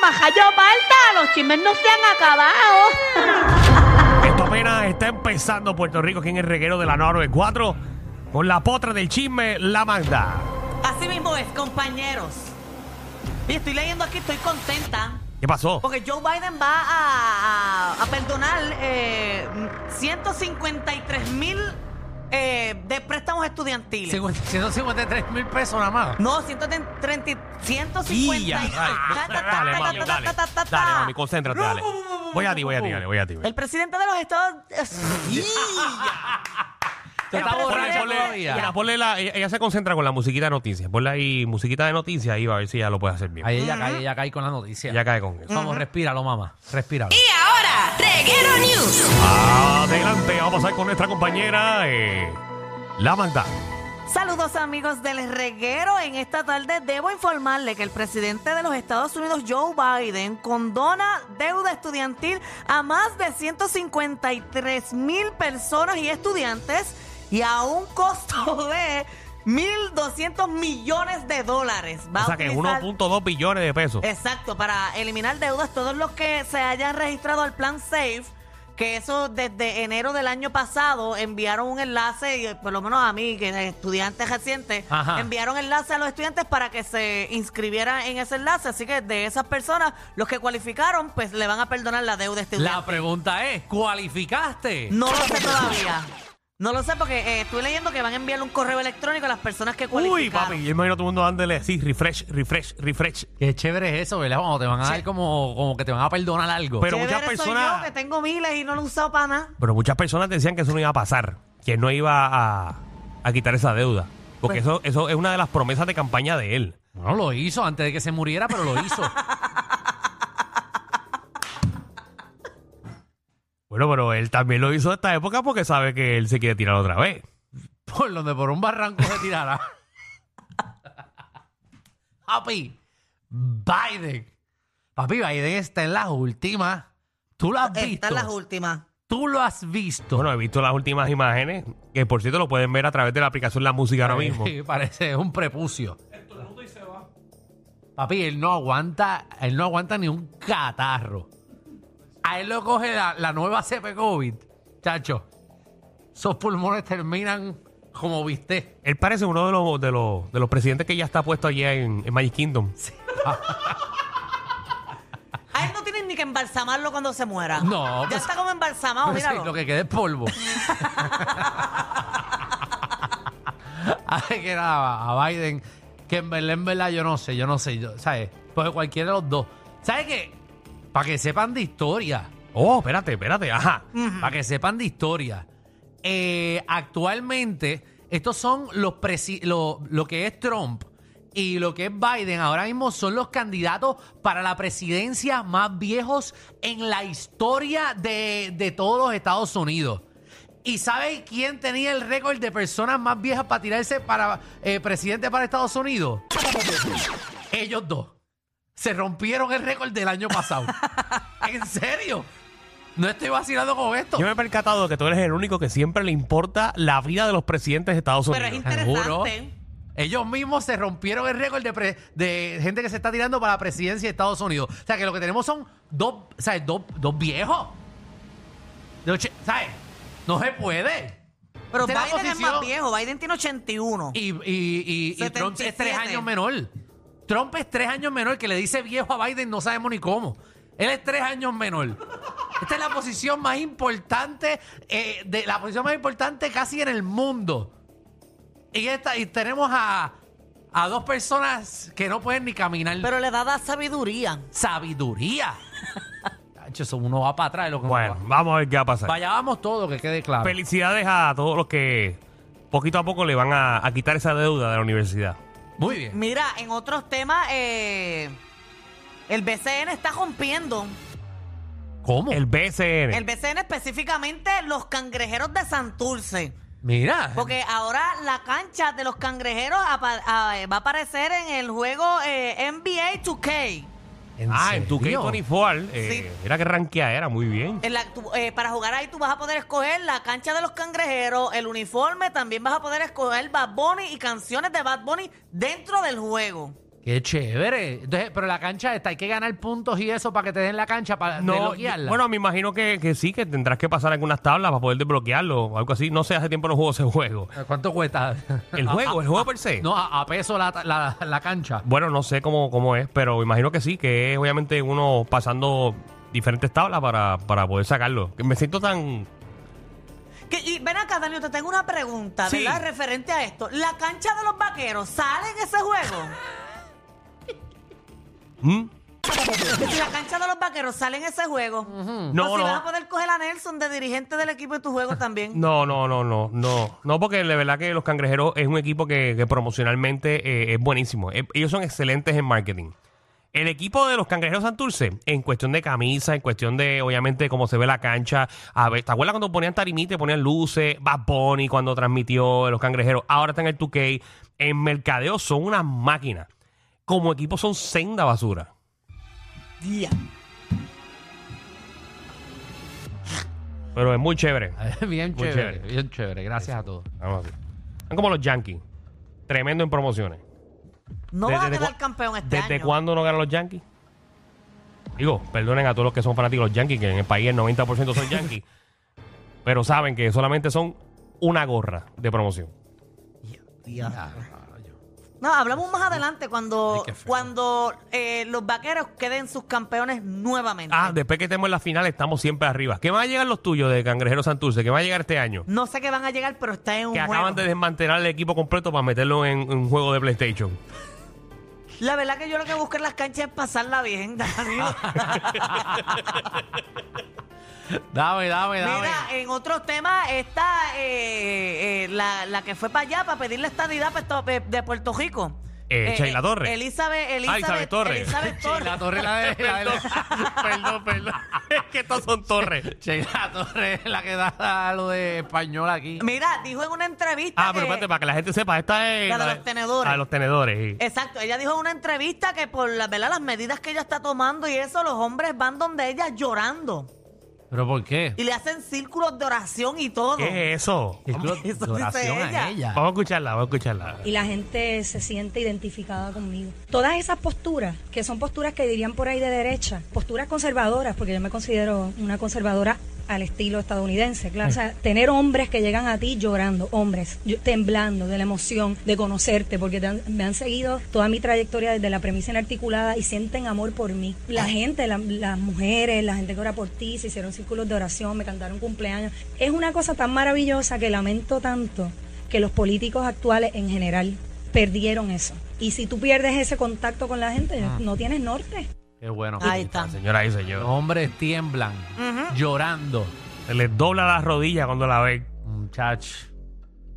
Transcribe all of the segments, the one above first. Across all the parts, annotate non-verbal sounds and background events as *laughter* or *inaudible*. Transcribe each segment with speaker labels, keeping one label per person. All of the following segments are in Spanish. Speaker 1: majayo falta, los chismes no se han acabado.
Speaker 2: Esto apenas está empezando Puerto Rico aquí en el reguero de la 994 con la potra del chisme, la Magda.
Speaker 3: Así mismo es, compañeros. Y estoy leyendo aquí, estoy contenta.
Speaker 2: ¿Qué pasó?
Speaker 3: Porque Joe Biden va a, a- a perdonar eh, 153 mil eh, de préstamos estudiantiles.
Speaker 4: 153 mil pesos nada más.
Speaker 3: No, 130, 150.
Speaker 2: Y ya,
Speaker 3: Ta, ta, ta,
Speaker 2: Dale,
Speaker 3: ta,
Speaker 2: mami,
Speaker 3: ta, ta,
Speaker 2: dale.
Speaker 3: ta, ta, ta.
Speaker 2: Dale, mami, concéntrate, dale. Voy a ti, voy a ti, dale, voy a ti.
Speaker 3: El presidente de los Estados
Speaker 4: Te está
Speaker 3: Pero
Speaker 2: Ponle,
Speaker 4: borracho
Speaker 3: parece-
Speaker 2: ponle-
Speaker 4: todavía.
Speaker 2: mira, ponle la, ella, ella se concentra con la musiquita de noticias. Ponle ahí musiquita de noticias y va a ver si ya lo puede hacer bien.
Speaker 4: Ahí ella cae, ella cae con la noticia.
Speaker 2: Ya cae con eso.
Speaker 4: Vamos, respíralo, mamá. Respíralo.
Speaker 5: Y ahora, Reguero
Speaker 2: Mm.
Speaker 5: News.
Speaker 2: Adelante, vamos a pasar con nuestra compañera, eh, la Magda.
Speaker 3: Saludos amigos del reguero. En esta tarde debo informarle que el presidente de los Estados Unidos, Joe Biden, condona deuda estudiantil a más de 153 mil personas y estudiantes y a un costo *laughs* de 1.200 millones de dólares. Va
Speaker 2: O
Speaker 3: a
Speaker 2: sea que
Speaker 3: utilizar-
Speaker 2: 1.2 billones de pesos.
Speaker 3: Exacto, para eliminar deudas, todos los que se hayan registrado al plan SAFE, que eso desde enero del año pasado enviaron un enlace, y eh, por lo menos a mí, que estudiantes recientes,
Speaker 4: Ajá.
Speaker 3: enviaron enlace a los estudiantes para que se inscribieran en ese enlace. Así que de esas personas, los que cualificaron, pues le van a perdonar la deuda estudiantil.
Speaker 4: La pregunta es, ¿cualificaste?
Speaker 3: No lo sé todavía. No lo sé porque eh, estoy leyendo que van a enviarle un correo electrónico a las personas que cualificaron.
Speaker 2: Uy, papi, yo imagino a todo el mundo dándole así, refresh, refresh, refresh.
Speaker 4: Qué chévere es eso, ¿verdad? Cuando te van a dar como, como que te van a perdonar algo.
Speaker 2: Pero
Speaker 3: Chévere
Speaker 2: muchas
Speaker 3: soy
Speaker 2: personas-
Speaker 3: yo, que tengo miles y no lo he usado para nada.
Speaker 2: Pero muchas personas decían que eso no iba a pasar, que no iba a, a quitar esa deuda. Porque eso, eso es una de las promesas de campaña de él.
Speaker 4: Bueno, lo hizo antes de que se muriera, pero lo
Speaker 3: *laughs*
Speaker 4: hizo.
Speaker 2: Bueno, pero él también lo hizo esta época porque sabe que él se quiere tirar otra vez.
Speaker 4: por donde por un barranco se tirara. Papi, Biden. Papi, Biden está en las últimas. Tú lo has visto.
Speaker 3: Están las últimas.
Speaker 4: Tú lo has visto.
Speaker 2: Bueno, he visto las últimas imágenes, que por cierto lo pueden ver a través de la aplicación La Música ahora
Speaker 4: *laughs*
Speaker 2: mismo.
Speaker 4: Eh, Parece un prepucio. Papi, él no aguanta, él no aguanta ni un catarro. A él lo coge la, la nueva CP COVID. Chacho, esos pulmones terminan como viste.
Speaker 2: Él parece uno de los, de los, de los presidentes que ya está puesto allí en, en Magic Kingdom.
Speaker 3: A él no tienen ni que embalsamarlo cuando se muera.
Speaker 4: No,
Speaker 3: Ya
Speaker 4: pues-
Speaker 3: está como
Speaker 4: *laughs*
Speaker 3: embalsamado,
Speaker 4: Pues,
Speaker 3: míralo.
Speaker 4: lo que queda es polvo. Así que nada, a Biden, que en verdad, en verdad, yo no sé, yo no sé, yo, ¿sabes? Pues cualquiera de los dos. ¿Sabes qué? Para que sepan de historia.
Speaker 2: Oh, espérate, espérate, ajá.
Speaker 4: Para que sepan de historia, eh, actualmente estos son los presi- lo, lo que es Trump y lo que es Biden ahora mismo son los candidatos para la presidencia más viejos en la historia de, de todos los Estados Unidos. ¿Y sabe quién tenía el récord de personas más viejas para tirarse para eh, presidente para Estados Unidos? Ellos dos. Se rompieron el récord del año pasado. ¿En serio? No estoy vacilando con esto.
Speaker 2: Yo me he percatado que tú eres el único que siempre le importa la vida de los presidentes de Estados
Speaker 3: Pero es
Speaker 2: Unidos.
Speaker 4: Seguro.
Speaker 3: interesante.
Speaker 4: Ellos mismos se rompieron el récord de, pre- de gente que se está tirando para la presidencia de Estados Unidos. O sea, que lo que tenemos son dos, o sea, dos, dos viejos. De ocho- ¿Sabes? No se puede.
Speaker 3: Pero
Speaker 4: Esta es la
Speaker 3: Biden es
Speaker 4: posición.
Speaker 3: más viejo. Biden tiene 81.
Speaker 4: Y, y- y- y Trump es tres
Speaker 3: 77.
Speaker 4: años menor. Trump es tres años menor. Que le dice viejo a Biden, no sabemos ni cómo. Él es tres años menor. Esta es la posición más importante, eh, de, la posición más importante casi en el mundo. Y, esta, y tenemos a, a dos personas que no pueden ni caminar.
Speaker 3: Pero le da la sabiduría.
Speaker 4: sabiduría. Tacho, eso uno va para atrás. Lo que uno
Speaker 2: Bueno,
Speaker 4: va.
Speaker 2: vamos a ver qué va a pasar.
Speaker 4: Vaya, vamos todo, que quede claro.
Speaker 2: Felicidades a todos los que poquito a poco le van a, a quitar esa deuda de la universidad.
Speaker 4: Muy bien.
Speaker 3: Mira, en otros temas, eh, el BCN está rompiendo.
Speaker 4: ¿Cómo?
Speaker 2: El BCN.
Speaker 3: El BCN específicamente los cangrejeros de Santurce.
Speaker 4: Mira.
Speaker 3: Porque ahora la cancha de los cangrejeros apa- a- eh, va a aparecer en el juego eh, NBA 2K.
Speaker 2: ah, en tu
Speaker 4: serio?
Speaker 2: K24. eh, Era que ranquea era, muy bien.
Speaker 3: En la- tú, eh, para jugar ahí tú vas a poder escoger la cancha de los cangrejeros, el uniforme, también vas a poder escoger Bad Bunny y canciones de Bad Bunny dentro del juego.
Speaker 4: Qué chévere. Entonces, pero la cancha está, hay que ganar puntos y eso para que te den la cancha para
Speaker 2: No,
Speaker 4: desbloquearla.
Speaker 2: bueno, me imagino que, que sí, que tendrás que pasar algunas tablas para poder desbloquearlo o algo así. No sé, hace tiempo no juego ese *laughs* juego.
Speaker 4: Eh, ¿Cuánto cuesta?
Speaker 2: El
Speaker 4: *laughs*
Speaker 3: Ah,
Speaker 4: A-
Speaker 2: juego,
Speaker 4: a-
Speaker 2: el juego per se.
Speaker 4: No, a, a peso la, la- la cancha. *laughs*
Speaker 2: Bueno, no sé cómo, cómo es, pero imagino que sí, que es obviamente uno pasando diferentes tablas para, para poder sacarlo. Que Me siento tan...
Speaker 3: Que- y ven acá, Daniel, te tengo una pregunta,
Speaker 2: Sí.
Speaker 3: ¿verdad? Referente a esto. ¿La cancha de los vaqueros sale en ese juego?
Speaker 2: *laughs* ¿Mm?
Speaker 3: si la cancha de los vaqueros sale en ese juego.
Speaker 2: No,
Speaker 3: o si
Speaker 2: no.
Speaker 3: vas a poder coger a Nelson de dirigente del equipo en tu
Speaker 2: *laughs*
Speaker 3: juego también.
Speaker 2: No, no, no, no, no. No, porque la verdad que los cangrejeros es un equipo que, que promocionalmente eh, es buenísimo. Eh, ellos son excelentes en marketing. El equipo de los cangrejeros Santurce, en cuestión de camisa, en cuestión de, obviamente, cómo se ve la cancha. A ver, ¿te acuerdas cuando ponían tarimite, ponían luces? Bad Bunny cuando transmitió los cangrejeros. Ahora está en el 2K. En mercadeo son unas máquinas. Como equipo son senda basura. Pero es muy chévere.
Speaker 4: bien
Speaker 2: Muy
Speaker 4: chévere,
Speaker 2: chévere.
Speaker 4: bien chévere. Gracias a todos.
Speaker 2: Vamos a ver. Son como los Yankees. Tremendo en promociones.
Speaker 3: No va a
Speaker 2: ¿Desde
Speaker 3: quedar
Speaker 2: cua-
Speaker 3: campeón este
Speaker 2: ¿Desde
Speaker 3: año.
Speaker 2: cuándo no ganan los Yankees? Digo, perdonen a todos los que son fanáticos de los Yankees, que en el país el 90% son
Speaker 3: *laughs*
Speaker 2: Yankees. pero saben que solamente son una gorra de promoción.
Speaker 3: No, hablamos más adelante cuando,
Speaker 4: Ay, qué feo.
Speaker 3: cuando eh, los vaqueros queden sus campeones nuevamente.
Speaker 2: Ah, después que estemos en la final estamos siempre arriba. ¿Qué van a llegar los tuyos de Cangrejero Santurce? ¿Qué va a llegar este año?
Speaker 3: no sé qué van a llegar, pero está en un
Speaker 2: Que
Speaker 3: juego.
Speaker 2: acaban de desmantelar el equipo completo para meterlo en en un juego de PlayStation.
Speaker 3: *laughs* La verdad que yo lo que busco en las canchas es pasarla bien, *laughs* Danilo.
Speaker 2: Ah,
Speaker 4: Dame, dame, dame.
Speaker 3: Mira, en otros temas está eh, eh, la, la que fue para allá para pedir la estadidad pa esto- eh, de Puerto Rico.
Speaker 2: Eh, Sheila Torres.
Speaker 3: Elizabeth, Elizabeth,
Speaker 2: Isabel Torres. *laughs*
Speaker 3: Elizabeth Torres.
Speaker 4: la torre la de la de *laughs*
Speaker 2: perdón, perdón. es que estos son torres.
Speaker 4: Sheila Torres, la que da lo de español aquí.
Speaker 3: Mira, dijo en una entrevista
Speaker 2: Ah, pero
Speaker 3: que-
Speaker 2: espérate, para que la gente sepa, esta es...
Speaker 3: La de los tenedores.
Speaker 2: La de los tenedores, sí.
Speaker 3: Exacto, ella dijo en una entrevista que por la, ¿verdad? las medidas que ella está tomando y eso, los hombres van donde ella llorando
Speaker 4: ¿Pero por qué?
Speaker 3: y le hacen círculos de oración y todo.
Speaker 2: ¿Qué es eso?
Speaker 4: Círculo de
Speaker 3: Eso dice
Speaker 4: oración a
Speaker 3: ella.
Speaker 4: ella.
Speaker 2: Vamos a escucharla, vamos a escucharla.
Speaker 6: y la gente se siente identificada conmigo. Todas esas posturas, que son posturas que dirían por ahí de derecha, posturas conservadoras, porque yo me considero una conservadora al estilo estadounidense, claro. O sea, tener hombres que llegan a ti llorando, hombres, yo- temblando de la emoción de conocerte, porque te han- me han seguido toda mi trayectoria desde la premisa inarticulada y sienten amor por mí. La gente, la- las mujeres, la gente que ora por ti, se hicieron círculos de oración, me cantaron cumpleaños. Es una cosa tan maravillosa que lamento tanto que los políticos actuales en general perdieron eso. Y si tú pierdes ese contacto con la gente, no tienes norte.
Speaker 4: Qué bueno.
Speaker 3: Ahí está.
Speaker 2: Señora y
Speaker 4: Los
Speaker 2: señor.
Speaker 4: hombres tiemblan, llorando.
Speaker 2: Se les dobla las rodillas cuando la ven.
Speaker 4: Muchacho.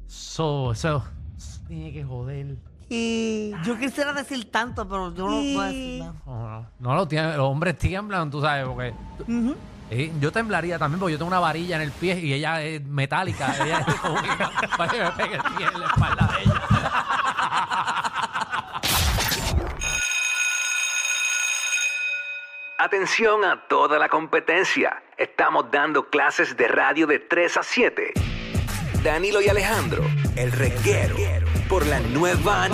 Speaker 4: Eso, eso. eso Tiene que joder.
Speaker 3: Y yo quisiera decir tanto, pero yo no puedo decir nada.
Speaker 4: No, no, no lo tiene, los hombres tiemblan, tú sabes, porque Eh, yo temblaría también porque yo tengo una varilla en el pie y ella es metálica. ella es como que- *laughs* para que me pegue el pie en la espalda de ella.
Speaker 7: Atención a toda la competencia. Estamos dando clases de radio de 3 a 7. Danilo y Alejandro, el reguero, por la nueva